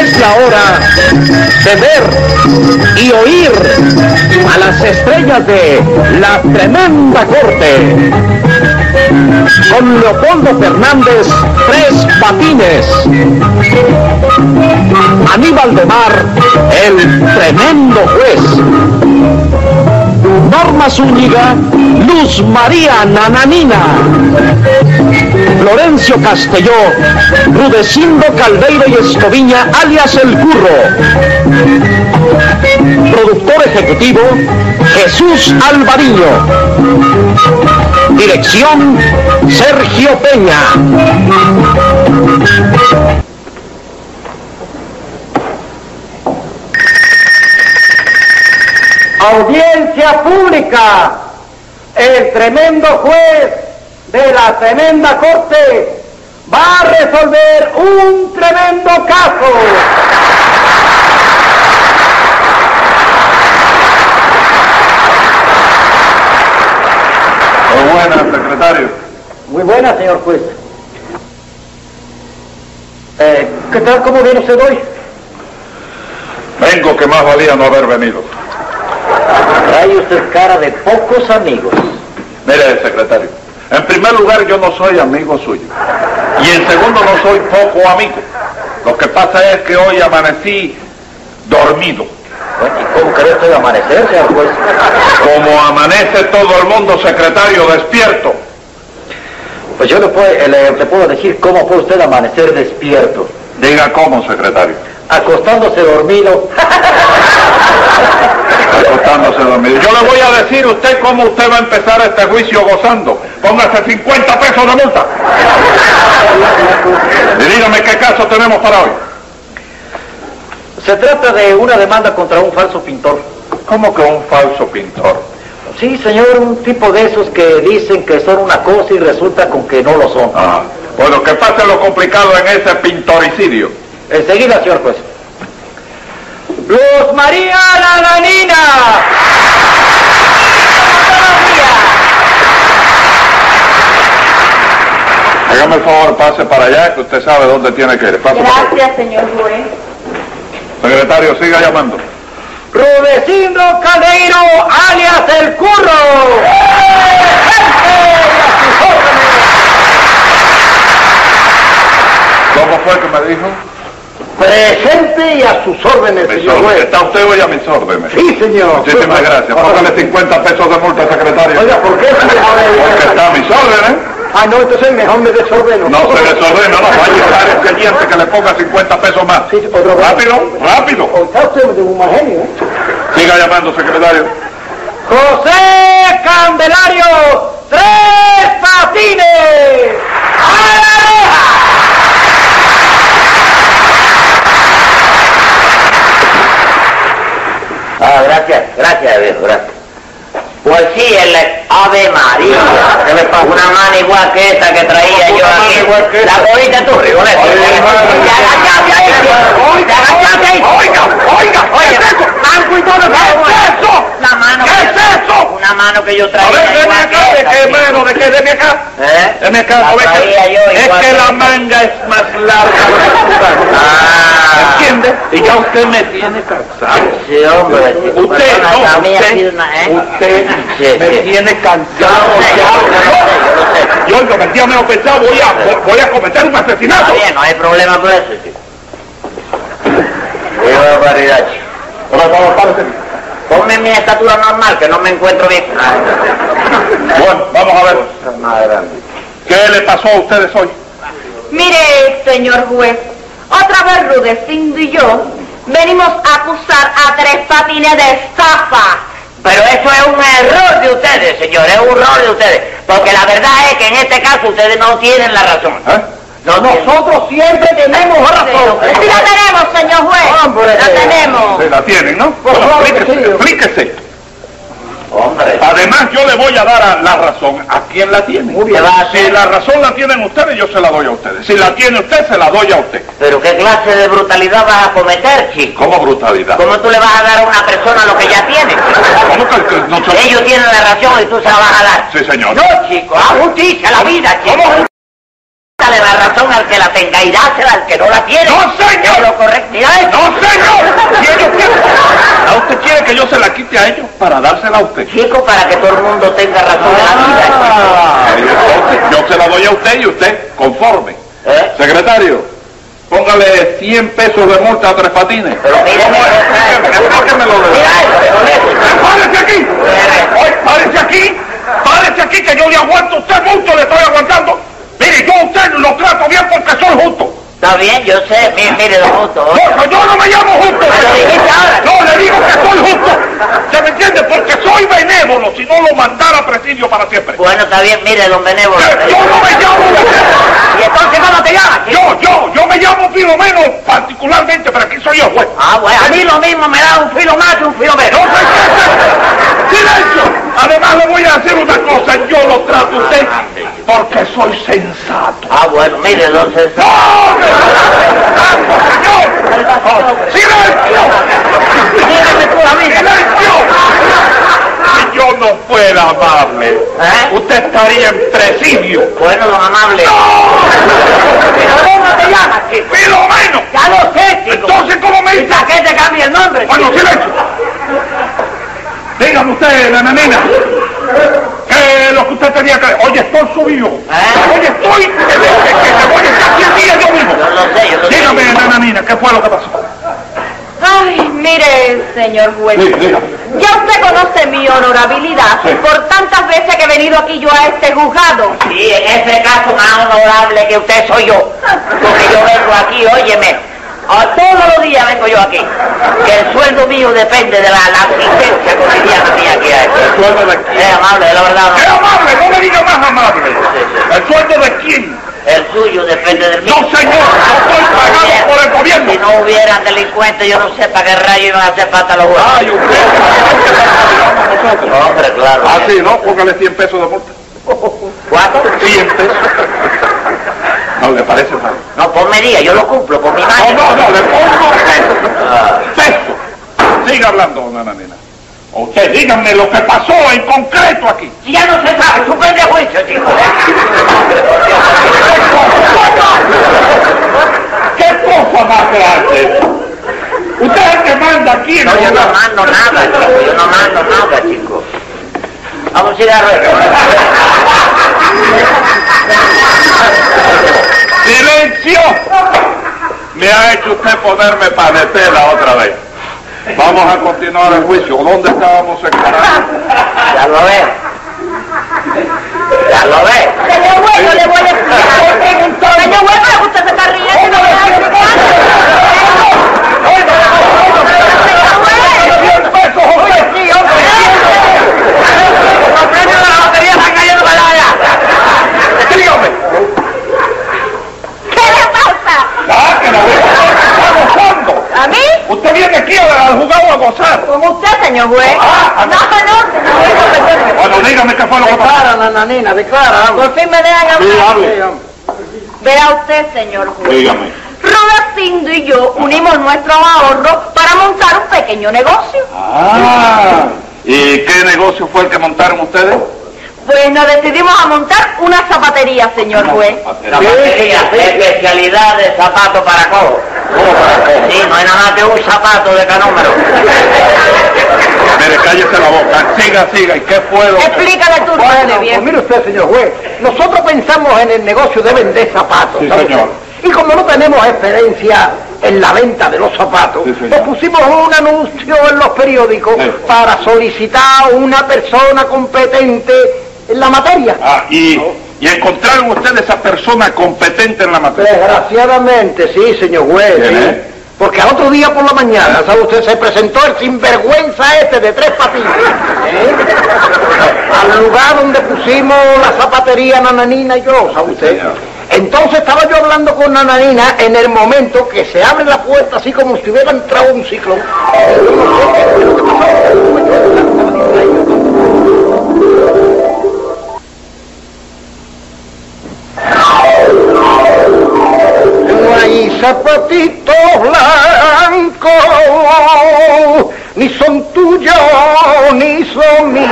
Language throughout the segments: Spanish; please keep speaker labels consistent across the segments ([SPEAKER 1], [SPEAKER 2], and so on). [SPEAKER 1] Es la hora de ver y oír a las estrellas de la tremenda corte. Con Leopoldo Fernández, tres patines. Aníbal de Mar, el tremendo juez. Norma Zúñiga, Luz María Nananina, Florencio Castelló, Rudecindo Caldeiro y Escoviña, alias El Curro. Productor ejecutivo, Jesús Alvariño. Dirección, Sergio Peña.
[SPEAKER 2] Audiencia pública. El tremendo juez de la tremenda corte va a resolver un tremendo caso.
[SPEAKER 3] Muy buenas, secretario.
[SPEAKER 2] Muy buenas, señor juez. Eh, ¿Qué tal? ¿Cómo viene usted hoy?
[SPEAKER 3] Vengo que más valía no haber venido.
[SPEAKER 2] Trae usted cara de pocos amigos.
[SPEAKER 3] Mire, secretario, en primer lugar yo no soy amigo suyo. Y en segundo no soy poco amigo. Lo que pasa es que hoy amanecí dormido.
[SPEAKER 2] Bueno, ¿Y cómo cree usted amanecer, señor juez?
[SPEAKER 3] Como amanece todo el mundo, secretario, despierto.
[SPEAKER 2] Pues yo le puedo, le, le puedo decir cómo puede usted amanecer despierto.
[SPEAKER 3] Diga cómo, secretario.
[SPEAKER 2] Acostándose dormido.
[SPEAKER 3] Acostándose dormido. Yo le voy a decir usted cómo usted va a empezar este juicio gozando. Póngase 50 pesos de multa. Y dígame qué caso tenemos para hoy.
[SPEAKER 2] Se trata de una demanda contra un falso pintor.
[SPEAKER 3] ¿Cómo que un falso pintor?
[SPEAKER 2] Sí, señor, un tipo de esos que dicen que son una cosa y resulta con que no lo son.
[SPEAKER 3] Ah, bueno, que pase lo complicado en ese pintoricidio.
[SPEAKER 2] Enseguida, señor juez. Luz María Nananina.
[SPEAKER 3] Hágame el favor, pase para allá, que usted sabe dónde tiene que ir. Pase
[SPEAKER 4] Gracias, señor juez.
[SPEAKER 3] Secretario, siga llamando.
[SPEAKER 2] Rudecindo Caldeiro, alias El Curro.
[SPEAKER 3] ¿Cómo fue que me dijo?
[SPEAKER 2] Presente y a sus órdenes,
[SPEAKER 3] Mis
[SPEAKER 2] señor
[SPEAKER 3] órdenes.
[SPEAKER 2] juez.
[SPEAKER 3] Está usted hoy a mis órdenes.
[SPEAKER 2] Sí, señor.
[SPEAKER 3] Pues, Muchísimas gracias. Póngale 50 pesos de multa, secretario.
[SPEAKER 2] Oiga, ¿por qué?
[SPEAKER 3] Porque está a mis órdenes.
[SPEAKER 2] Ah, no, entonces mejor me desordeno.
[SPEAKER 3] No se desordena, no va a llegar el cliente que le ponga 50 pesos más.
[SPEAKER 2] Sí, otro más.
[SPEAKER 3] Rápido, rápido.
[SPEAKER 2] Está usted de un genio, ¿eh?
[SPEAKER 3] Siga llamando, secretario.
[SPEAKER 2] José Candelario, tres patines.
[SPEAKER 5] Ah, gracias, gracias, viejo, gracias. Pues sí, el Ave María. ¿Qué me pasa? Una mano igual que esa que traía
[SPEAKER 3] ¿Cómo
[SPEAKER 5] yo
[SPEAKER 3] una mano
[SPEAKER 5] aquí.
[SPEAKER 3] igual que esa?
[SPEAKER 5] La cogiste tú, Rigoletto.
[SPEAKER 3] Ay,
[SPEAKER 5] Te
[SPEAKER 3] hermano.
[SPEAKER 5] agachaste ahí, viejo. Te agachaste ahí.
[SPEAKER 3] Oiga, oiga, oiga.
[SPEAKER 5] Banco y todo.
[SPEAKER 3] ¿Qué es eso?
[SPEAKER 5] La mano.
[SPEAKER 3] ¿Qué
[SPEAKER 5] que-
[SPEAKER 3] es eso?
[SPEAKER 5] Una mano que yo
[SPEAKER 3] A
[SPEAKER 5] traía.
[SPEAKER 3] ver, deme
[SPEAKER 5] igual
[SPEAKER 3] acá,
[SPEAKER 5] que
[SPEAKER 3] de
[SPEAKER 5] esa,
[SPEAKER 3] qué
[SPEAKER 5] viejo.
[SPEAKER 3] mano, de qué, deme acá.
[SPEAKER 5] ¿Eh?
[SPEAKER 3] Deme acá,
[SPEAKER 5] La
[SPEAKER 3] a ver,
[SPEAKER 5] traía yo
[SPEAKER 3] Es
[SPEAKER 5] igual
[SPEAKER 3] que la
[SPEAKER 5] esa.
[SPEAKER 3] manga es más larga.
[SPEAKER 5] Ah.
[SPEAKER 3] ¿Entiende? Y ya usted me tiene cansado.
[SPEAKER 5] Sí, hombre. sí.
[SPEAKER 3] Usted,
[SPEAKER 5] Perdona,
[SPEAKER 3] no,
[SPEAKER 5] la mía ha sido
[SPEAKER 3] usted,
[SPEAKER 5] una, ¿eh?
[SPEAKER 3] usted
[SPEAKER 5] Sí,
[SPEAKER 3] me
[SPEAKER 5] sí.
[SPEAKER 3] tiene
[SPEAKER 5] Yo
[SPEAKER 3] cansado
[SPEAKER 5] lo sé, yo lo sé, yo lo sé.
[SPEAKER 3] ya. Yo oiga, me día menos pensado, voy a, voy a cometer un
[SPEAKER 5] Está
[SPEAKER 3] asesinato.
[SPEAKER 5] bien, no hay problema por eso, chico. Qué barbaridad, chico.
[SPEAKER 3] Por favor, párese.
[SPEAKER 5] Ponme mi estatura normal, que no me encuentro bien.
[SPEAKER 3] Bueno, vamos a ver. ¿Qué le pasó a ustedes hoy?
[SPEAKER 4] Mire, señor juez, otra vez Rudecindo y yo venimos a acusar a Tres Patines de estafa.
[SPEAKER 5] Pero eso es un error de ustedes, señor, es un error de ustedes. Porque la verdad es que en este caso ustedes no tienen la razón.
[SPEAKER 3] ¿Eh?
[SPEAKER 5] No,
[SPEAKER 2] Nosotros siempre tenemos razón. Ah,
[SPEAKER 4] Sí la tenemos, señor juez.
[SPEAKER 2] Hombre.
[SPEAKER 4] La tenemos.
[SPEAKER 3] Se la tienen, ¿no? Bueno,
[SPEAKER 2] favor,
[SPEAKER 3] explíquese,
[SPEAKER 2] sí.
[SPEAKER 3] explíquese.
[SPEAKER 5] Hombre,
[SPEAKER 3] Además, yo le voy a dar a la razón a quien la tiene.
[SPEAKER 5] Muy bien.
[SPEAKER 3] Si la razón la tienen ustedes, yo se la doy a ustedes. Si la tiene usted, se la doy a usted.
[SPEAKER 5] pero qué clase de brutalidad vas a cometer, chico.
[SPEAKER 3] ¿Cómo brutalidad?
[SPEAKER 5] ¿Cómo tú le vas a dar a una persona lo que ya tiene, chico?
[SPEAKER 3] ¿Cómo que- que no se-
[SPEAKER 5] Ellos tienen la razón y tú se la vas a dar.
[SPEAKER 3] Sí, señor.
[SPEAKER 6] Ah,
[SPEAKER 5] No, chico, a justicia, la vida, chico.
[SPEAKER 3] ¿Cómo?
[SPEAKER 6] Quítale la razón al que la tenga y dásela al que no la tiene.
[SPEAKER 3] ¡No, señor!
[SPEAKER 6] Es Lo correcto. Mira eso.
[SPEAKER 3] ¡No, señor! ¿Y ellos qué? ¿A usted quiere que yo se la quite a ellos para dársela a usted?
[SPEAKER 6] Chico, para que todo el mundo tenga razón en la vida.
[SPEAKER 3] Ah, y entonces yo se la doy a usted y usted conforme.
[SPEAKER 6] ¿Eh?
[SPEAKER 3] Secretario, póngale 100 pesos de multa a Tres Patines.
[SPEAKER 6] Pero mire,
[SPEAKER 3] ¿Cómo es?
[SPEAKER 6] mire,
[SPEAKER 3] Explíqueme- explíquemelo de
[SPEAKER 6] Mira
[SPEAKER 3] verdad.
[SPEAKER 6] eso, pero eso.
[SPEAKER 3] ¡Párese aquí! Oye, ¡Párese aquí! ¡Párese aquí que yo le aguanto a usted mucho, le estoy aguantando! Mire, yo a usted lo trato bien porque soy justo.
[SPEAKER 6] Está bien, yo sé. Mire, mire, don Justo. ¿eh?
[SPEAKER 3] No, yo no me llamo justo.
[SPEAKER 6] Pero dijiste ahora.
[SPEAKER 3] No, le digo que soy justo. ¿Se me entiende? Porque soy benévolo, si no lo mandara a presidio para siempre.
[SPEAKER 6] Bueno, está bien, mire, don Benévolo.
[SPEAKER 3] Que Yo no me llamo benévolo.
[SPEAKER 6] ¿Y entonces cómo te llamas? chico?
[SPEAKER 3] Yo, yo, yo me llamo Filomeno particularmente, pero aquí soy yo pues. juez.
[SPEAKER 6] Ah, bueno, a mí lo mismo me da un filo más que un filo menos.
[SPEAKER 3] ¡No se quede! ¡Silencio! Además le voy a decir una cosa, yo lo trato a usted porque soy sensato.
[SPEAKER 6] Ah, bueno, mire, don
[SPEAKER 3] ¡No!
[SPEAKER 6] César.
[SPEAKER 3] ¡Me sensato, señor! ¡Silencio!
[SPEAKER 6] Dígame tú a mí.
[SPEAKER 3] ¡Silencio! Si yo no fuera amable,
[SPEAKER 6] ¿Eh?
[SPEAKER 3] usted estaría en presidio.
[SPEAKER 6] Bueno, don Amable.
[SPEAKER 3] ¡No!
[SPEAKER 6] ¿Pero cómo te llamas, chico?
[SPEAKER 3] ¡Filomeno!
[SPEAKER 6] Ya lo sé, chico.
[SPEAKER 3] Entonces, ¿cómo me dice?
[SPEAKER 6] ¿Para qué te cambia el nombre?
[SPEAKER 3] Bueno, silencio. Dígame usted, la nanina. ¿Qué es lo que usted tenía que Oye, estoy subido.
[SPEAKER 6] ¿Eh?
[SPEAKER 3] Oye, estoy. Que, que- que- que voy a estar 100 días yo mismo.
[SPEAKER 6] Yo lo sé, yo lo sé.
[SPEAKER 3] Dígame, nananina, ¿qué fue lo que pasó?
[SPEAKER 4] Ay, mire, señor juez.
[SPEAKER 3] Sí, dígame.
[SPEAKER 4] Ya usted conoce mi honorabilidad
[SPEAKER 3] Sí.
[SPEAKER 4] por tantas veces que he venido aquí yo a este juzgado.
[SPEAKER 6] Sí, en ese caso más honorable que usted soy yo. Porque yo vengo aquí, óyeme. a todos los días vengo yo aquí. Que el sueldo mío depende de la, la asistencia cotidiana mía aquí. a esto.
[SPEAKER 3] ¿El sueldo de quién?
[SPEAKER 6] Es amable, la verdad.
[SPEAKER 3] ¡Qué amable! ¡No me diga más amable! ¿El sueldo de quién?
[SPEAKER 6] no. El suyo depende del mío.
[SPEAKER 3] No, señor, no soy pagado por el gobierno.
[SPEAKER 6] Si no hubieran delincuentes, yo no sé para qué rayo iban a hacer falta los jueces.
[SPEAKER 3] ¡Ay, usted! Ah,
[SPEAKER 6] No, hombre, claro.
[SPEAKER 3] Así, ¿no? Póngale 100 pesos de multa.
[SPEAKER 6] ¿Cuánto?
[SPEAKER 3] 100 pesos. No le parece mal.
[SPEAKER 6] No, ponme día, yo lo cumplo, por mi
[SPEAKER 3] No,
[SPEAKER 6] madre.
[SPEAKER 3] Ah, no, no, le pongo
[SPEAKER 6] Ah.
[SPEAKER 3] peso. Peso. Siga hablando, dona Nanina. O Usted díganme lo que pasó en concreto aquí.
[SPEAKER 6] Si ya no se sabe, suspende juicio, chico.
[SPEAKER 3] ¿Qué cosa más grande? Usted es el que manda aquí en
[SPEAKER 6] No, yo
[SPEAKER 3] el
[SPEAKER 6] no
[SPEAKER 3] hogar.
[SPEAKER 6] mando nada, chico. Yo no mando nada, chico. Vamos a ir a ver.
[SPEAKER 3] ¡Silencio! Me ha hecho usted ponerme panetela otra vez. Vamos a continuar el juicio. ¿Dónde estábamos, secretario?
[SPEAKER 6] Ya lo veo. Ya lo veo.
[SPEAKER 4] Señor juez, yo le voy a explicar. Señor juez, pero usted se está riendo. no le voy a explicar. Señor juez.
[SPEAKER 3] ¡Cien pesos, hombre!
[SPEAKER 6] ¡Comprende la batería, está cayendo para allá!
[SPEAKER 3] ¡Dígame!
[SPEAKER 4] ¿Qué le pasa?
[SPEAKER 3] ¡Ah, que la vez está gozando!
[SPEAKER 4] ¿A mí?
[SPEAKER 3] Usted viene aquí al jugado a gozar.
[SPEAKER 4] ¿Como usted, señor juez?
[SPEAKER 3] Ah, a
[SPEAKER 4] No,
[SPEAKER 3] mí.
[SPEAKER 4] no, señor juez, no,
[SPEAKER 3] Bueno, dígame qué fue lo que pasó.
[SPEAKER 5] Declara, nananina, declara. hombre.
[SPEAKER 4] Por fin me
[SPEAKER 3] Sí,
[SPEAKER 4] dejan
[SPEAKER 3] ah.
[SPEAKER 4] hablar.
[SPEAKER 3] hable.
[SPEAKER 5] Sí, hombre.
[SPEAKER 4] Verá usted, señor juez.
[SPEAKER 3] Dígame.
[SPEAKER 4] Rudecindo y yo unimos nuestros ahorros para montar un pequeño negocio.
[SPEAKER 3] Ah, ¿y qué negocio fue el que montaron ustedes?
[SPEAKER 4] Pues nos decidimos a montar una zapatería, señor juez.
[SPEAKER 6] La batería, especialidad de zapato para cojo. Sí, no hay nada más que un zapato de canómero.
[SPEAKER 3] Mire, cállese la boca. Siga, siga. ¿Y qué fue lo que...
[SPEAKER 4] Explícale tú,
[SPEAKER 5] Bueno,
[SPEAKER 4] Rodríguez.
[SPEAKER 5] pues mire usted, señor juez, nosotros pensamos en el negocio de vender zapatos.
[SPEAKER 3] Sí,
[SPEAKER 5] ¿sabe
[SPEAKER 3] señor.
[SPEAKER 5] usted? Y como no tenemos experiencia en la venta de los zapatos,
[SPEAKER 3] Sí, señor.
[SPEAKER 5] nos pusimos un anuncio en los periódicos
[SPEAKER 3] Sí.
[SPEAKER 5] para solicitar una persona competente en la materia.
[SPEAKER 3] Ah, y, y encontraron ustedes esa persona competente en la materia.
[SPEAKER 5] Desgraciadamente, sí, señor juez.
[SPEAKER 3] ¿Quién
[SPEAKER 5] sí.
[SPEAKER 3] es?
[SPEAKER 5] Porque al otro día por la mañana, ¿sabe usted? Se presentó el sinvergüenza este de tres patines. ¿eh? Al lugar donde pusimos la zapatería Nananina y yo, ¿sabe usted?
[SPEAKER 3] señor.
[SPEAKER 5] Entonces estaba yo hablando con Nananina en el momento que se abre la puerta así como si hubiera entrado un ciclón. No hay zapatitos blancos ni son tuyos, ni son míos.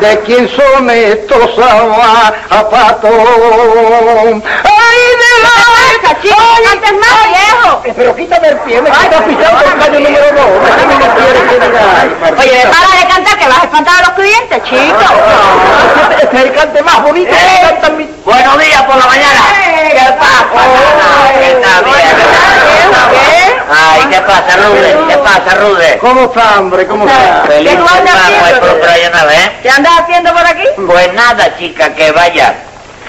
[SPEAKER 5] ¿De quién son estos zapatos? ¡Ay, de la...
[SPEAKER 4] ¡Marca, chico! ¡Antes más, viejo!
[SPEAKER 5] Pero quítame el pie, me está pisando el caño número dos. ¿Para qué me lo quieres que diga?
[SPEAKER 4] Oye, para de cantar que vas a espantar a los clientes, chico.
[SPEAKER 5] Este es el cante más bonito que canta en mi...
[SPEAKER 6] Buenos días por la mañana.
[SPEAKER 4] Eh.
[SPEAKER 6] ¿Qué pasa? ¿Qué está bien?
[SPEAKER 4] ¿Qué?
[SPEAKER 6] Ay, ¿qué pasa, Rude? ¿Qué pasa, Rude?
[SPEAKER 5] ¿Cómo está, hombre? ¿Cómo está?
[SPEAKER 6] Feliz
[SPEAKER 4] ¿Qué tú andas haciendo,
[SPEAKER 6] Pascua y
[SPEAKER 4] Rude?
[SPEAKER 6] próspera año nuevo, ¿eh?
[SPEAKER 4] ¿Qué andas haciendo por aquí?
[SPEAKER 6] Pues nada, chica, que vaya.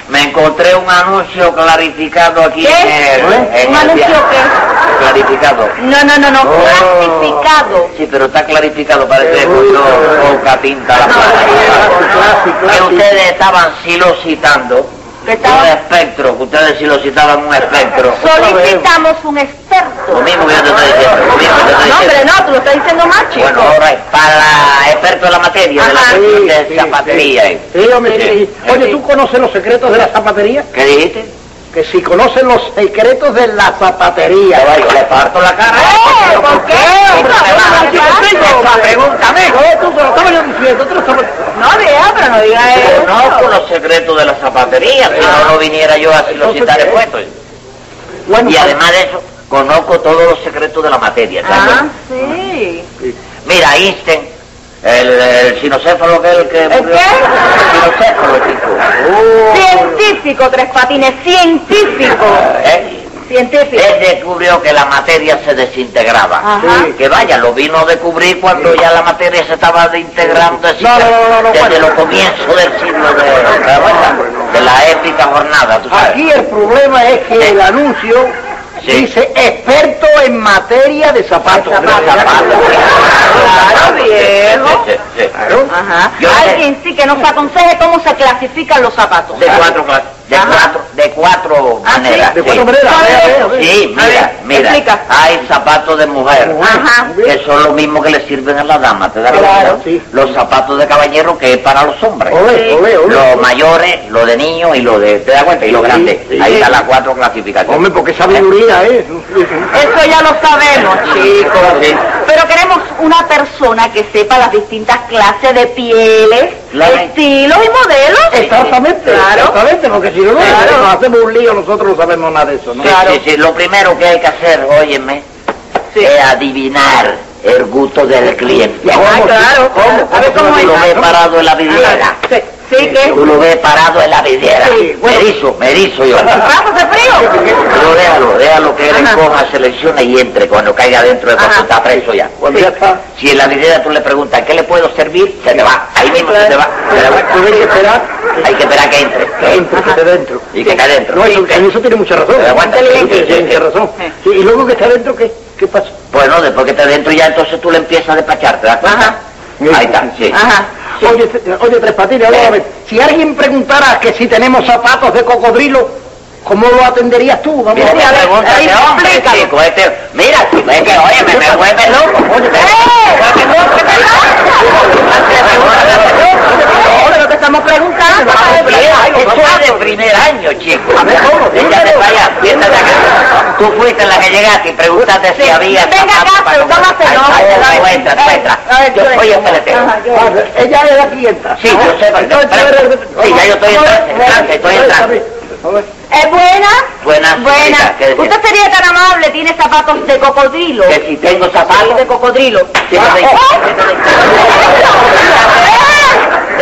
[SPEAKER 6] Me encontré un anuncio clarificado aquí
[SPEAKER 4] ¿Qué?
[SPEAKER 6] en el... en
[SPEAKER 4] ¿Un
[SPEAKER 6] el
[SPEAKER 4] anuncio
[SPEAKER 6] diario.
[SPEAKER 4] qué?
[SPEAKER 6] Clarificado.
[SPEAKER 4] No, no, no, no,
[SPEAKER 6] Oh.
[SPEAKER 4] clasificado.
[SPEAKER 6] Sí, pero está clarificado, parece que cogió poca tinta la
[SPEAKER 5] Clasi,
[SPEAKER 6] plata.
[SPEAKER 5] clasi.
[SPEAKER 6] Que ustedes estaban silocitando
[SPEAKER 4] ¿Qué
[SPEAKER 6] un
[SPEAKER 4] estaban?
[SPEAKER 6] espectro, que ustedes silocitaban un espectro.
[SPEAKER 4] Solicitamos un experto.
[SPEAKER 6] Lo mismo que yo te estoy diciendo, lo mismo que yo te estoy
[SPEAKER 4] No, hombre,
[SPEAKER 6] diciendo.
[SPEAKER 4] no, tú lo estás diciendo mal, chico.
[SPEAKER 6] Bueno, ahora es para experto en la materia, de la
[SPEAKER 4] Ajá.
[SPEAKER 6] cuestión de zapatería. ¿eh?
[SPEAKER 5] Sí, hombre, sí. Oye, ¿tú conoces los secretos de la zapatería?
[SPEAKER 6] ¿Qué dijiste?
[SPEAKER 5] Que si conocen los secretos de la zapatería.
[SPEAKER 6] Caballo, le parto la cara.
[SPEAKER 4] Eh, ¿por qué?
[SPEAKER 6] Pregúntame.
[SPEAKER 5] Joder, tú se lo estaba yo diciendo, tú lo estabas-
[SPEAKER 4] No, viejo, pero no digas eso.
[SPEAKER 6] Conozco los secretos de la zapatería, si no, no viniera yo a los
[SPEAKER 5] Entonces, ¿qué?
[SPEAKER 6] puestos.
[SPEAKER 5] Bueno, pues-
[SPEAKER 6] Y además de eso, conozco todos los secretos de la materia. ¿sabes?
[SPEAKER 4] Ah, sí.
[SPEAKER 6] Mira, Einstein, el, el sinocéfalo que es el que... murió.
[SPEAKER 4] qué?
[SPEAKER 6] sinocéfalo, chico.
[SPEAKER 4] Científico, tres patines, científico.
[SPEAKER 6] ¿Eh?
[SPEAKER 4] Científico.
[SPEAKER 6] Él descubrió que la materia se desintegraba.
[SPEAKER 4] Ajá.
[SPEAKER 6] Que vaya, lo vino a descubrir cuando ya la materia se estaba desintegrando así,
[SPEAKER 5] No, no, no, no, no,
[SPEAKER 6] desde
[SPEAKER 5] bueno.
[SPEAKER 6] los comienzos del siglo de, de la épica jornada. ¿tú sabes?
[SPEAKER 5] Aquí el problema es que el anuncio
[SPEAKER 6] Sí.
[SPEAKER 5] dice experto en materia de zapatos.
[SPEAKER 6] Zapato, sí.
[SPEAKER 4] Claro, viejo.
[SPEAKER 6] Sí, sí, sí.
[SPEAKER 4] Ajá.
[SPEAKER 6] Yo sé-
[SPEAKER 4] Alguien sí que nos aconseje cómo se clasifican los zapatos.
[SPEAKER 6] De cuatro, cla- de
[SPEAKER 4] Ajá.
[SPEAKER 6] cuatro, de cuatro
[SPEAKER 4] Ah, ¿sí?
[SPEAKER 6] maneras.
[SPEAKER 5] De
[SPEAKER 6] sí.
[SPEAKER 5] cuatro maneras.
[SPEAKER 4] ¿Sabe
[SPEAKER 5] vea, vea,
[SPEAKER 4] eso?
[SPEAKER 5] vea.
[SPEAKER 6] Sí,
[SPEAKER 4] A
[SPEAKER 6] mira,
[SPEAKER 4] ver,
[SPEAKER 6] mira,
[SPEAKER 4] explica.
[SPEAKER 6] hay zapatos de mujer,
[SPEAKER 4] Ajá.
[SPEAKER 6] que son lo mismo que le sirven a la dama, ¿te das
[SPEAKER 5] Claro,
[SPEAKER 6] cuenta?
[SPEAKER 5] sí.
[SPEAKER 6] Los zapatos de caballero que es para los hombres.
[SPEAKER 5] Ole, ole, ole.
[SPEAKER 6] Los mayores, los de niños y los de, ¿te das cuenta? Y los
[SPEAKER 5] Sí,
[SPEAKER 6] grandes.
[SPEAKER 5] sí.
[SPEAKER 6] Ahí están las cuatro clasificaciones.
[SPEAKER 5] Hombre, porque sabiduría es.
[SPEAKER 4] Eso ya lo sabemos, chicos.
[SPEAKER 6] Sí.
[SPEAKER 4] Pero queremos una persona que sepa las distintas clases de pieles,
[SPEAKER 6] Claro.
[SPEAKER 4] estilos y modelos.
[SPEAKER 5] Exactamente,
[SPEAKER 4] Claro.
[SPEAKER 5] exactamente, porque si no, no, nos hacemos un lío, nosotros no sabemos nada de eso, ¿no?
[SPEAKER 6] Sí, sí, sí, lo primero que hay que hacer, óyeme, es adivinar el gusto del cliente.
[SPEAKER 5] Ah, ¿Cómo? claro. ¿Cómo?
[SPEAKER 6] A ver, ¿cómo tú lo ves parado en la vidriera.
[SPEAKER 4] Ajá. Sí, sí, que
[SPEAKER 6] Tú lo ves parado en la vidriera.
[SPEAKER 5] Sí, bueno.
[SPEAKER 6] Me erizo, me erizo yo.
[SPEAKER 4] brazos de frío.
[SPEAKER 6] Pero déjalo, déjalo que él encoja, seleccione y entre cuando caiga dentro de cuando
[SPEAKER 4] Ajá.
[SPEAKER 6] está preso ya.
[SPEAKER 5] Cuando ya está.
[SPEAKER 6] Si en la vidriera tú le preguntas, ¿qué le puedo servir? Se te va, ahí mismo se te va. Se te va.
[SPEAKER 5] Pues hay que esperar
[SPEAKER 6] Hay que esperar que entre.
[SPEAKER 5] que entre, que esté dentro.
[SPEAKER 6] Y que esté dentro.
[SPEAKER 5] No, eso, en eso tiene mucha razón.
[SPEAKER 6] Pero aguanta,
[SPEAKER 5] Inteligente,
[SPEAKER 6] sí, sí,
[SPEAKER 5] tiene
[SPEAKER 6] sí.
[SPEAKER 5] mucha razón. Sí, y luego que está dentro, ¿qué, qué pasa?
[SPEAKER 6] Bueno, después que está dentro ya entonces tú le empiezas a despachar, ¿te das cuenta? Ahí está, sí.
[SPEAKER 4] Ajá.
[SPEAKER 5] Oye, te- oye, Tres Patines, vamos a ver. Si alguien preguntara que si tenemos zapatos de cocodrilo, ¿cómo lo atenderías tú? Vamos
[SPEAKER 6] Mira,
[SPEAKER 5] a
[SPEAKER 6] me
[SPEAKER 5] ver.
[SPEAKER 6] pregunta
[SPEAKER 4] ahí
[SPEAKER 6] ese hombre,
[SPEAKER 4] explícalo.
[SPEAKER 6] chico, este- mira, chico, es que, oye, me, me vuelve loco. Oye, me- me vuelve loco, me
[SPEAKER 5] Ahora no te estamos preguntando.
[SPEAKER 6] vuelve loco. Eso es de primer año, chico.
[SPEAKER 5] A ver, ¿cómo?
[SPEAKER 6] Échate para allá, siéntate acá. Tú fuiste la que llegaste y preguntaste si
[SPEAKER 4] Sí.
[SPEAKER 6] había...
[SPEAKER 4] Venga
[SPEAKER 6] zapatos
[SPEAKER 4] acá,
[SPEAKER 6] para
[SPEAKER 4] pero
[SPEAKER 6] comprar.
[SPEAKER 4] tómate, ¿no?
[SPEAKER 6] Ay, ay,
[SPEAKER 4] Ay,
[SPEAKER 6] Entra,
[SPEAKER 4] ay,
[SPEAKER 6] entra.
[SPEAKER 4] ay,
[SPEAKER 6] Yo
[SPEAKER 4] yo-
[SPEAKER 6] soy el peletero.
[SPEAKER 4] Ajá, yo-
[SPEAKER 5] Vale, Ella es la clienta.
[SPEAKER 6] Sí, yo sé, pero-
[SPEAKER 5] Entonces, a
[SPEAKER 6] pero-
[SPEAKER 5] ver, a ver,
[SPEAKER 6] sí, ya yo
[SPEAKER 5] a
[SPEAKER 6] estoy
[SPEAKER 5] ver,
[SPEAKER 6] entrando,
[SPEAKER 5] a ver,
[SPEAKER 6] entrando,
[SPEAKER 5] a
[SPEAKER 6] estoy
[SPEAKER 5] ver,
[SPEAKER 6] entrando.
[SPEAKER 5] a ver.
[SPEAKER 4] ¿Es buena?
[SPEAKER 6] Buena,
[SPEAKER 4] Buena.
[SPEAKER 6] señorita, ¿qué decía?
[SPEAKER 4] Usted sería tan amable, tiene zapatos de cocodrilo.
[SPEAKER 6] Que si tengo zapatos...
[SPEAKER 4] De cocodrilo.
[SPEAKER 6] Si no
[SPEAKER 5] Ah,
[SPEAKER 6] te-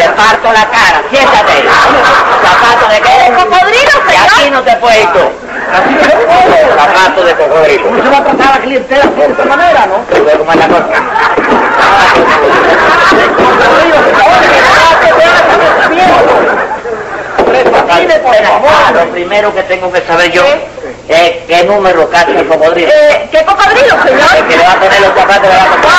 [SPEAKER 6] Te parto la cara, siéntate. Zapato de qué?
[SPEAKER 4] ¿De cocodrilo,
[SPEAKER 6] Y
[SPEAKER 4] señor?
[SPEAKER 6] aquí no te puedes ir tú. Zapato de cocodrilo.
[SPEAKER 5] ¿Cómo se va a tratar a la clientela de esta manera, no?
[SPEAKER 6] Tú ves cómo es la cosa.
[SPEAKER 5] Tres Patines, por
[SPEAKER 6] Espera,
[SPEAKER 5] favor.
[SPEAKER 6] ah, Lo primero que tengo que saber yo es qué número cacha el cocodrilo.
[SPEAKER 4] Eh, ¿Qué cocodrilo,
[SPEAKER 6] El
[SPEAKER 4] señor?
[SPEAKER 6] que le va a poner los zapatos le va a poner.
[SPEAKER 5] ¡Ah!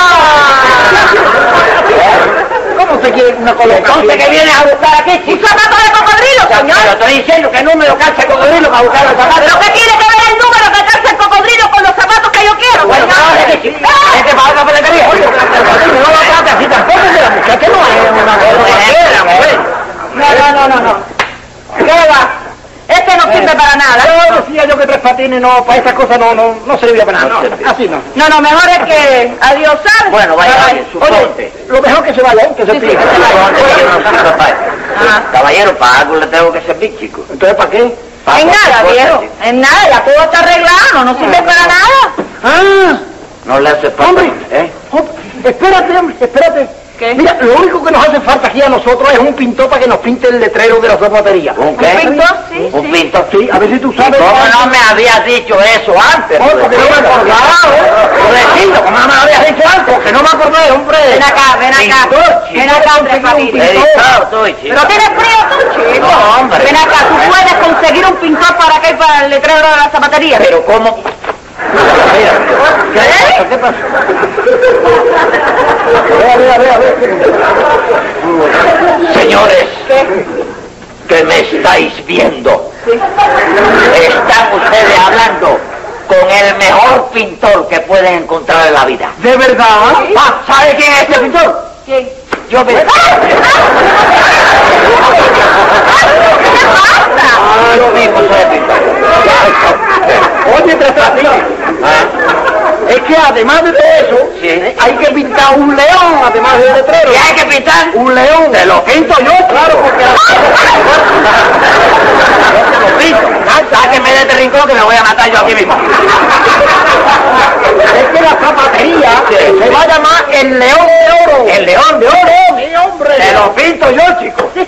[SPEAKER 5] ¿Cómo se quiere una colocación?
[SPEAKER 6] Entonces, ¿qué vienes a buscar aquí,
[SPEAKER 4] ¿Un
[SPEAKER 6] chico?
[SPEAKER 4] zapato de cocodrilo,
[SPEAKER 6] Te lo
[SPEAKER 4] señor?
[SPEAKER 6] estoy diciendo, ¿qué número cacha el cocodrilo para buscar los zapatos?
[SPEAKER 4] ¿Pero qué tiene que ver el número que calza el cocodrilo con los zapatos que yo quiero,
[SPEAKER 6] Bueno, ahora
[SPEAKER 4] señor?
[SPEAKER 6] que sí.
[SPEAKER 4] ¡Ah!
[SPEAKER 6] Vete para otra peletería. Oye, no lo trate así tampoco, de la muchacha no es una cualquiera, mujer. Eh.
[SPEAKER 4] No, no, no, no, no. ¿Qué va? Este no sirve para nada.
[SPEAKER 5] Decía yo que tres patines, no, para esas cosas no, no, no servía para nada.
[SPEAKER 6] No,
[SPEAKER 5] así no.
[SPEAKER 4] No, no, mejor es que... Adiós, ¿sabes?
[SPEAKER 6] Bueno, vaya,
[SPEAKER 4] Bye,
[SPEAKER 6] oye,
[SPEAKER 4] bye.
[SPEAKER 6] suponte.
[SPEAKER 5] Lo mejor que se vaya, ¿eh? que se
[SPEAKER 4] Sí, sí,
[SPEAKER 5] pida.
[SPEAKER 4] que se vaya.
[SPEAKER 6] Suponte que yo no soy capaz.
[SPEAKER 4] Ajá.
[SPEAKER 6] Caballero, para algo le tengo que servir, chico.
[SPEAKER 5] Ah. Entonces, ¿para qué?
[SPEAKER 6] Para
[SPEAKER 4] en
[SPEAKER 6] cualquier
[SPEAKER 4] nada,
[SPEAKER 6] cosa,
[SPEAKER 4] viejo.
[SPEAKER 6] chico.
[SPEAKER 4] En nada, ya todo está arreglado, no sirve para nada.
[SPEAKER 5] Ah,
[SPEAKER 6] No le hace falta.
[SPEAKER 5] Hombre.
[SPEAKER 6] ¿eh?
[SPEAKER 5] oh, espérate, hombre, espérate.
[SPEAKER 4] ¿Qué?
[SPEAKER 5] Mira, lo único que nos hace falta aquí a nosotros es un pintor para que nos pinte el letrero de la zapatería.
[SPEAKER 6] ¿Un
[SPEAKER 4] Un
[SPEAKER 6] qué?
[SPEAKER 4] pintor, sí,
[SPEAKER 6] Un
[SPEAKER 4] sí.
[SPEAKER 6] pintor.
[SPEAKER 5] Sí, a ver si tú
[SPEAKER 6] ¿Y
[SPEAKER 5] sabes.
[SPEAKER 6] ¿Cómo
[SPEAKER 5] cuánto-
[SPEAKER 6] no me habías dicho eso antes? Pues,
[SPEAKER 5] Oh, porque no me acordaba, ¿eh? Pobrecito, ¿cómo no me habías dicho antes? Que no me acordé, hombre.
[SPEAKER 4] Ven acá, ven acá.
[SPEAKER 5] Pintor,
[SPEAKER 4] Ven acá, Tres Patines.
[SPEAKER 6] Dedicado estoy, chico.
[SPEAKER 4] Pero tienes frío tú, chico.
[SPEAKER 6] No, hombre.
[SPEAKER 4] Ven acá, tú puedes conseguir un pintor para acá y para el letrero de la zapatería.
[SPEAKER 6] Pero ¿cómo?
[SPEAKER 4] ¿Qué?
[SPEAKER 5] ¿Qué pasó? Vea, vea, vea, vea.
[SPEAKER 6] Señores, que me estáis viendo, están ustedes hablando con el mejor pintor que pueden encontrar en la vida.
[SPEAKER 5] ¿De verdad?
[SPEAKER 6] Ah, ¿Sabe quién es este pintor?
[SPEAKER 4] ¿Quién?
[SPEAKER 6] Yo me...
[SPEAKER 4] ¿Qué pasa?
[SPEAKER 6] Yo mismo soy el pintor.
[SPEAKER 5] Oye, Tres Patines, Ah. es que además de eso,
[SPEAKER 6] Sí.
[SPEAKER 5] hay que pintar un león, además del letrero.
[SPEAKER 6] ¿Y hay que pintar?
[SPEAKER 5] Un león. Te lo pinto yo, claro, porque...
[SPEAKER 6] Lo pinto. Sáquenme de este rincón que me voy a matar yo aquí mismo.
[SPEAKER 5] Es que la zapatería
[SPEAKER 6] Sí.
[SPEAKER 5] se va a llamar el león de oro.
[SPEAKER 6] El león de oro.
[SPEAKER 5] mi hombre.
[SPEAKER 6] Te lo pinto yo, chico.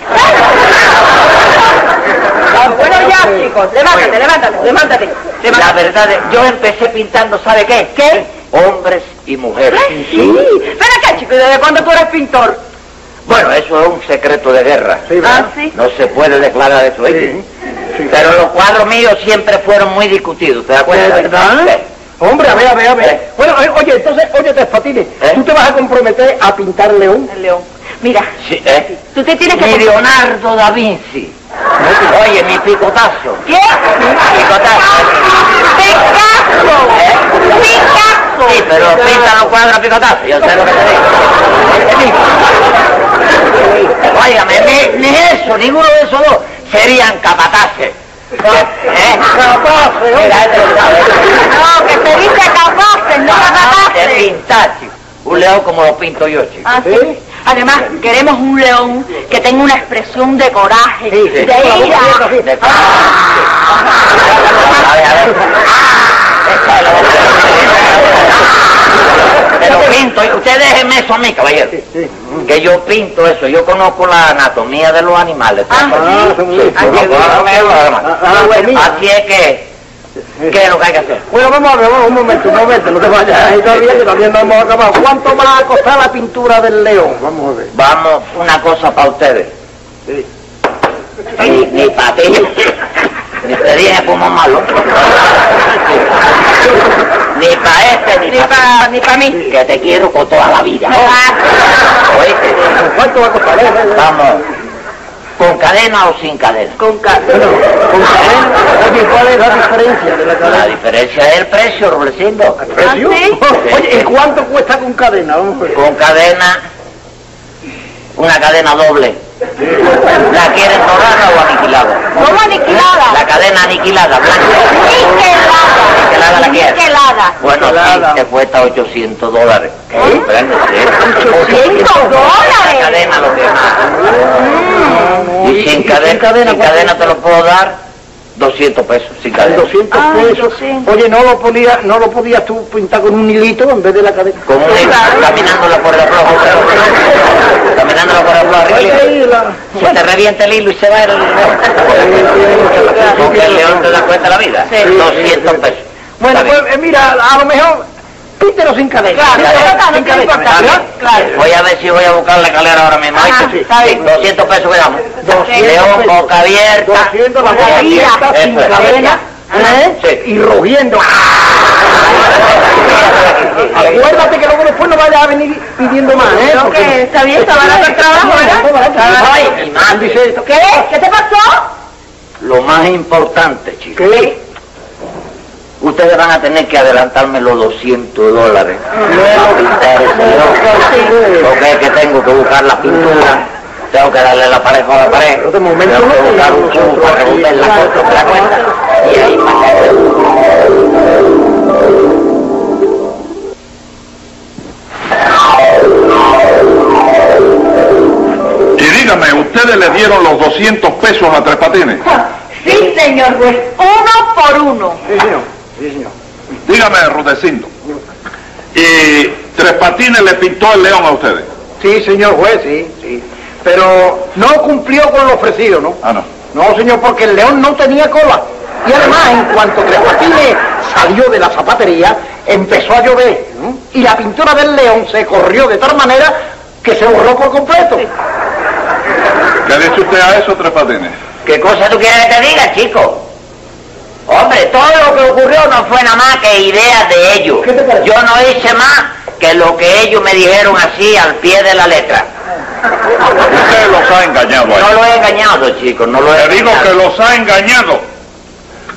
[SPEAKER 4] Bueno, ya, chicos, levántate, levántate, levántate.
[SPEAKER 6] La verdad es, yo empecé pintando, ¿sabe qué? ¿Qué? Hombres y mujeres.
[SPEAKER 4] Ay, Sí. Ven acá, chico, ¿y desde cuándo tú eres pintor?
[SPEAKER 6] Bueno, eso es un secreto de guerra.
[SPEAKER 4] Ah, sí.
[SPEAKER 6] No se puede declarar eso. ¿oíste? Pero los cuadros míos siempre fueron muy discutidos, ¿te das
[SPEAKER 5] ¿De
[SPEAKER 6] cuenta?
[SPEAKER 5] verdad?
[SPEAKER 6] Sí.
[SPEAKER 5] Hombre, a ver, a ver, a ver.
[SPEAKER 6] Eh.
[SPEAKER 5] Bueno, eh, oye, entonces, oye, Tres Patines,
[SPEAKER 6] Eh.
[SPEAKER 5] tú te vas a comprometer a pintar león.
[SPEAKER 4] El león. Mira,
[SPEAKER 6] Sí, ¿eh?
[SPEAKER 4] tú te tienes
[SPEAKER 6] Mi
[SPEAKER 4] que...
[SPEAKER 6] Leonardo da Vinci. Oye, mi picotazo.
[SPEAKER 4] ¿Qué?
[SPEAKER 6] Picotazo.
[SPEAKER 4] ¡Picasso! ¡Picasso!
[SPEAKER 6] Sí, pero pinta los cuadros a picotazo. Yo sé lo que te digo. Óigame, ni, ni eso, ninguno de esos dos serían capataces. ¿Eh?
[SPEAKER 5] Capataces,
[SPEAKER 6] Mira, este lo sabe.
[SPEAKER 4] No, que se dice capaces, no
[SPEAKER 6] de
[SPEAKER 4] capaces.
[SPEAKER 6] pintar, chico. Un león como lo pinto yo, chico.
[SPEAKER 4] Ah, sí.
[SPEAKER 5] ¿Sí?
[SPEAKER 4] Además, queremos un león que tenga una expresión de coraje,
[SPEAKER 6] Sí, sí.
[SPEAKER 4] de
[SPEAKER 6] Claro,
[SPEAKER 4] ira.
[SPEAKER 6] sí, de-
[SPEAKER 4] Ah.
[SPEAKER 6] A ver, a ver. Échalo, vamos. Pero pinto, y usted déjeme eso a mí, caballero. Que yo pinto eso, yo conozco la anatomía de los animales.
[SPEAKER 4] Ah,
[SPEAKER 5] Ah,
[SPEAKER 6] Sí,
[SPEAKER 5] sí.
[SPEAKER 6] conozco la anatomía de los animales.
[SPEAKER 5] Ah, ah, anatomía.
[SPEAKER 6] Así es que, ¿qué es lo que hay que hacer?
[SPEAKER 5] Bueno, vamos a ver, vamos, un momento, un momento, no te vayas. Ahí todavía, que todavía no hemos acabado. ¿Cuánto va a costar la pintura del león? Vamos a ver.
[SPEAKER 6] Vamos, una cosa para ustedes. Ni, ni para ti. Ni te dije como malo. Ni para este, ni,
[SPEAKER 4] Ni para ni pa mí.
[SPEAKER 6] Que te quiero con toda la vida.
[SPEAKER 4] Ah.
[SPEAKER 6] Oíste.
[SPEAKER 5] ¿Cuánto va a costar? Eh, eh, eh.
[SPEAKER 6] Vamos. ¿Con cadena o sin cadena?
[SPEAKER 4] Con carne.
[SPEAKER 5] Bueno, eh, ¿con qué? Oye, ¿cuál es la diferencia de la
[SPEAKER 6] La
[SPEAKER 5] cadena?
[SPEAKER 6] diferencia es el precio, Rubecindo.
[SPEAKER 5] ¿Precio?
[SPEAKER 4] Ah, sí?
[SPEAKER 5] Oye, ¿y cuánto cuesta con cadena? Vamos a ver.
[SPEAKER 6] Con cadena, una cadena doble. ¿La quieren dorada o aniquilada?
[SPEAKER 4] ¿Cómo aniquilada?
[SPEAKER 6] La cadena aniquilada, blanca.
[SPEAKER 4] Niquelada.
[SPEAKER 6] Aniquilada la quieren.
[SPEAKER 4] Niquelada.
[SPEAKER 6] Bueno,
[SPEAKER 5] Niquelada.
[SPEAKER 6] sí, te cuesta 800 dólares.
[SPEAKER 4] ¿Eh?
[SPEAKER 6] Bueno, sí.
[SPEAKER 4] 800
[SPEAKER 6] La
[SPEAKER 4] dólares.
[SPEAKER 6] cadena lo que más. Y sin cadena, sin
[SPEAKER 5] ¿cuánto?
[SPEAKER 6] cadena te lo puedo dar 200 pesos, sin cadena.
[SPEAKER 5] 200
[SPEAKER 4] Ay,
[SPEAKER 5] pesos.
[SPEAKER 4] 200.
[SPEAKER 5] Oye, no lo podía, no lo podías tú pintar con un hilito en vez de la cadena.
[SPEAKER 6] Con un hilo, caminándolo por el rojo, pero- caminándolo por el rojo arriba.
[SPEAKER 5] Oye, la-
[SPEAKER 6] Se te revienta el hilo y se va el león. Porque el león te da cuenta de la vida.
[SPEAKER 4] Sí.
[SPEAKER 6] 200 pesos.
[SPEAKER 5] Bueno,
[SPEAKER 6] Está bien.
[SPEAKER 5] pues eh, mira, a lo mejor píntelo sin cadena.
[SPEAKER 4] Claro,
[SPEAKER 5] Sin
[SPEAKER 6] claro,
[SPEAKER 5] cadena,
[SPEAKER 4] no
[SPEAKER 5] sin
[SPEAKER 4] tiene
[SPEAKER 5] cadena,
[SPEAKER 4] importancia.
[SPEAKER 5] ¿verdad?
[SPEAKER 4] Claro.
[SPEAKER 6] Voy a ver si voy a buscar la calera ahora mismo.
[SPEAKER 4] Ajá,
[SPEAKER 6] ¿oíste?
[SPEAKER 4] está bien.
[SPEAKER 6] 200 pesos quedamos.
[SPEAKER 5] 200
[SPEAKER 6] León,
[SPEAKER 5] pesos.
[SPEAKER 6] boca abierta.
[SPEAKER 5] 200 la boca
[SPEAKER 4] Mira,
[SPEAKER 5] abierta,
[SPEAKER 6] eso
[SPEAKER 5] sin
[SPEAKER 6] es.
[SPEAKER 5] cadena,
[SPEAKER 6] Ajá.
[SPEAKER 5] ¿eh?
[SPEAKER 6] Sí.
[SPEAKER 5] y rugiendo. Acuérdate que luego después no vayas a venir pidiendo más, ¿eh?
[SPEAKER 4] Creo que está bien, está barato el trabajo, ¿verdad?
[SPEAKER 6] Ay, mi madre.
[SPEAKER 5] Dice esto.
[SPEAKER 4] ¿Qué? ¿Qué te pasó?
[SPEAKER 6] Lo más importante, chicos.
[SPEAKER 5] ¿Qué?
[SPEAKER 6] Ustedes van a tener que adelantarme los 200 dólares. Porque es que tengo que buscar la pintura. Tengo que darle la pareja a la pared.
[SPEAKER 5] Pero de momento
[SPEAKER 6] tengo
[SPEAKER 5] no
[SPEAKER 6] que buscar
[SPEAKER 5] tenemos
[SPEAKER 6] un cubo
[SPEAKER 5] otro
[SPEAKER 6] para
[SPEAKER 5] aquí.
[SPEAKER 6] revolver la
[SPEAKER 5] Claro.
[SPEAKER 6] cuenta. la cuenta. Y ahí pasa.
[SPEAKER 3] pesos a tres patines.
[SPEAKER 4] Sí, señor juez, uno por uno.
[SPEAKER 5] Sí, señor. Sí, señor.
[SPEAKER 3] Dígame, Rudecindo. Y tres patines le pintó el león a ustedes.
[SPEAKER 5] Sí, señor juez, sí, sí. Pero no cumplió con lo ofrecido, ¿no?
[SPEAKER 3] Ah, no.
[SPEAKER 5] No, señor, porque el león no tenía cola. Y además, en cuanto Tres Patines salió de la zapatería, empezó a llover. ¿no? Y la pintura del león se corrió de tal manera que se borró por completo.
[SPEAKER 3] ¿Qué dice usted a eso, tres patines?
[SPEAKER 6] ¿Qué cosa tú quieres que te diga, chico? Hombre, todo lo que ocurrió no fue nada más que ideas de ellos.
[SPEAKER 5] ¿Qué te parece?
[SPEAKER 6] Yo no hice más que lo que ellos me dijeron así al pie de la letra.
[SPEAKER 3] Usted los ha engañado a
[SPEAKER 6] No
[SPEAKER 3] ellos.
[SPEAKER 6] lo he engañado, chico, no lo he
[SPEAKER 3] Le digo
[SPEAKER 6] engañado.
[SPEAKER 3] que los ha engañado.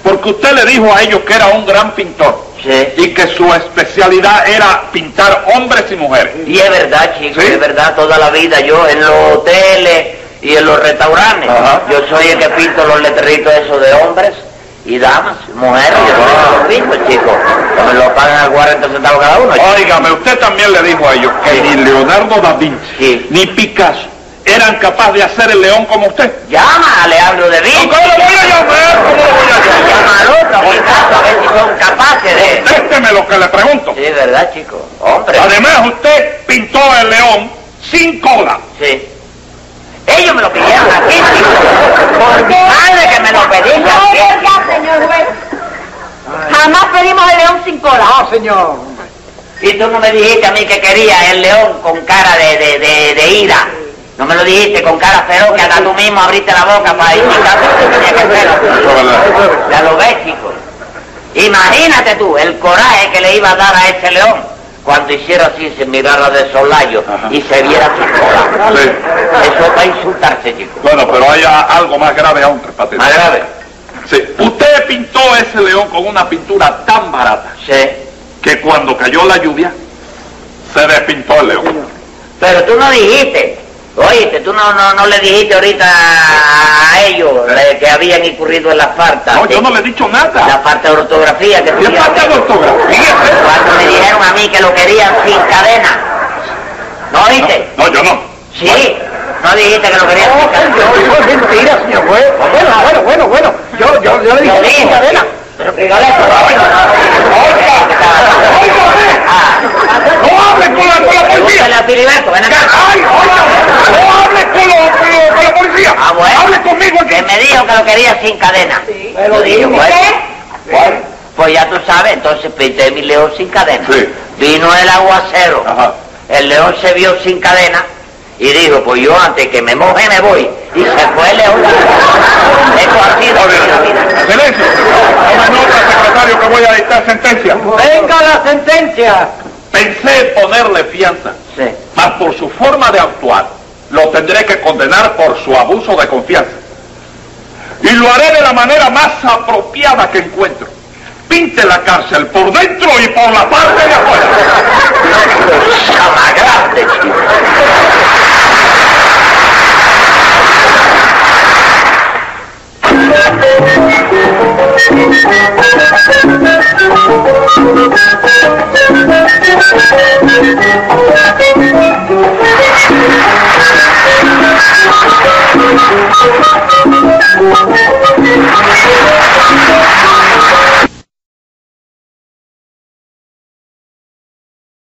[SPEAKER 3] Porque usted le dijo a ellos que era un gran pintor.
[SPEAKER 6] Sí.
[SPEAKER 3] Y que su especialidad era pintar hombres y mujeres.
[SPEAKER 6] Y es verdad, chico,
[SPEAKER 3] ¿Sí?
[SPEAKER 6] es verdad, toda la vida yo en los hoteles y en los restaurantes,
[SPEAKER 3] Ajá.
[SPEAKER 6] yo soy el que pinto los letreritos esos de hombres y damas, mujeres, yo
[SPEAKER 3] Ah.
[SPEAKER 6] soy el que los pinto, chico. Que me lo pagan a 40 centavos cada uno, chico.
[SPEAKER 3] Óigame, usted también le dijo a ellos que ni Leonardo da Vinci
[SPEAKER 6] Sí.
[SPEAKER 3] ni Picasso eran capaces de hacer el león como usted.
[SPEAKER 6] Llama a Leandro de Vinci.
[SPEAKER 3] ¿Cómo lo voy a llamar? ¿Cómo lo voy a
[SPEAKER 6] Llama
[SPEAKER 3] llamar?
[SPEAKER 6] al otro, Picasso, a ver si son capaces de...
[SPEAKER 3] Contésteme lo que le pregunto.
[SPEAKER 6] Sí, ¿verdad, chico? Hombre.
[SPEAKER 3] Además, usted pintó el león sin cola.
[SPEAKER 6] Sí. Ellos me lo pidieron aquí, chico. Por mi madre que me lo pedí
[SPEAKER 4] No es
[SPEAKER 6] aquí.
[SPEAKER 4] verdad, señor juez. Jamás pedimos el león sin cola.
[SPEAKER 5] No, señor.
[SPEAKER 6] Y tú no me dijiste a mí que quería el león con cara de, de, de, de ira. No me lo dijiste con cara feroz que hasta tú mismo abriste la boca para indicar lo que tenía que
[SPEAKER 3] Eso es verdad.
[SPEAKER 6] hacer. Ya lo ves, chico. Imagínate tú el coraje que le iba a dar a ese león cuando hiciera así, se mirara de solayo
[SPEAKER 3] Ajá.
[SPEAKER 6] y se viera su cola.
[SPEAKER 3] Sí.
[SPEAKER 6] Eso es para insultarse, chico.
[SPEAKER 3] Bueno, pero hay a- algo más grave aún, Tres Patines.
[SPEAKER 6] Más grave.
[SPEAKER 3] Sí. Usted pintó ese león con una pintura tan barata
[SPEAKER 6] Sí.
[SPEAKER 3] que cuando cayó la lluvia se despintó el león.
[SPEAKER 6] Pero tú no dijiste, oíste, tú no, no, no le dijiste ahorita a ellos le- que habían incurrido en la falta.
[SPEAKER 3] No, yo
[SPEAKER 6] de-
[SPEAKER 3] no le he dicho nada.
[SPEAKER 6] La falta de ortografía que
[SPEAKER 3] ¿Qué
[SPEAKER 6] tuvieron
[SPEAKER 3] falta de
[SPEAKER 6] ellos.
[SPEAKER 3] ortografía?
[SPEAKER 6] Cuando me dijeron a mí que lo querían sin cadena. ¿No oíste?
[SPEAKER 3] No, no, yo no.
[SPEAKER 6] Sí. No dijiste que lo querían sin cadena.
[SPEAKER 5] Yo digo mentira, señor juez. Bueno, bueno, bueno, bueno. Yo, yo, yo le
[SPEAKER 6] Lo
[SPEAKER 5] dije
[SPEAKER 6] dije.
[SPEAKER 5] sin cadena.
[SPEAKER 6] Pero que yo le Ah.
[SPEAKER 3] ¡No hable con la, con la policía!
[SPEAKER 6] Pregúntale a Filiberto, ven acá.
[SPEAKER 3] ¡Ay, óigame! ¡No hable con, lo- con lo- con la policía!
[SPEAKER 6] Ah, bueno.
[SPEAKER 3] ¡Hable conmigo aquí!
[SPEAKER 6] Que me dijo que lo quería sin cadena. Yo dije, bueno, bueno, pues ya tú sabes, entonces pinté mi león sin cadena.
[SPEAKER 3] Sí.
[SPEAKER 6] Vino el aguacero.
[SPEAKER 3] Ajá.
[SPEAKER 6] El león se vio sin cadena y dijo, pues yo antes que me moje me voy. Y se fue el león. Eso ha sido así la vida.
[SPEAKER 3] Silencio. Tome nota, secretario, que voy a dictar sentencia.
[SPEAKER 5] Venga la sentencia.
[SPEAKER 3] Pensé en ponerle fianza,
[SPEAKER 6] Sí.
[SPEAKER 3] mas por su forma de actuar lo tendré que condenar por su abuso de confianza. Y lo haré de la manera más apropiada que encuentro. Pinte la cárcel por dentro y por la parte de afuera.
[SPEAKER 6] Cama grande, chico.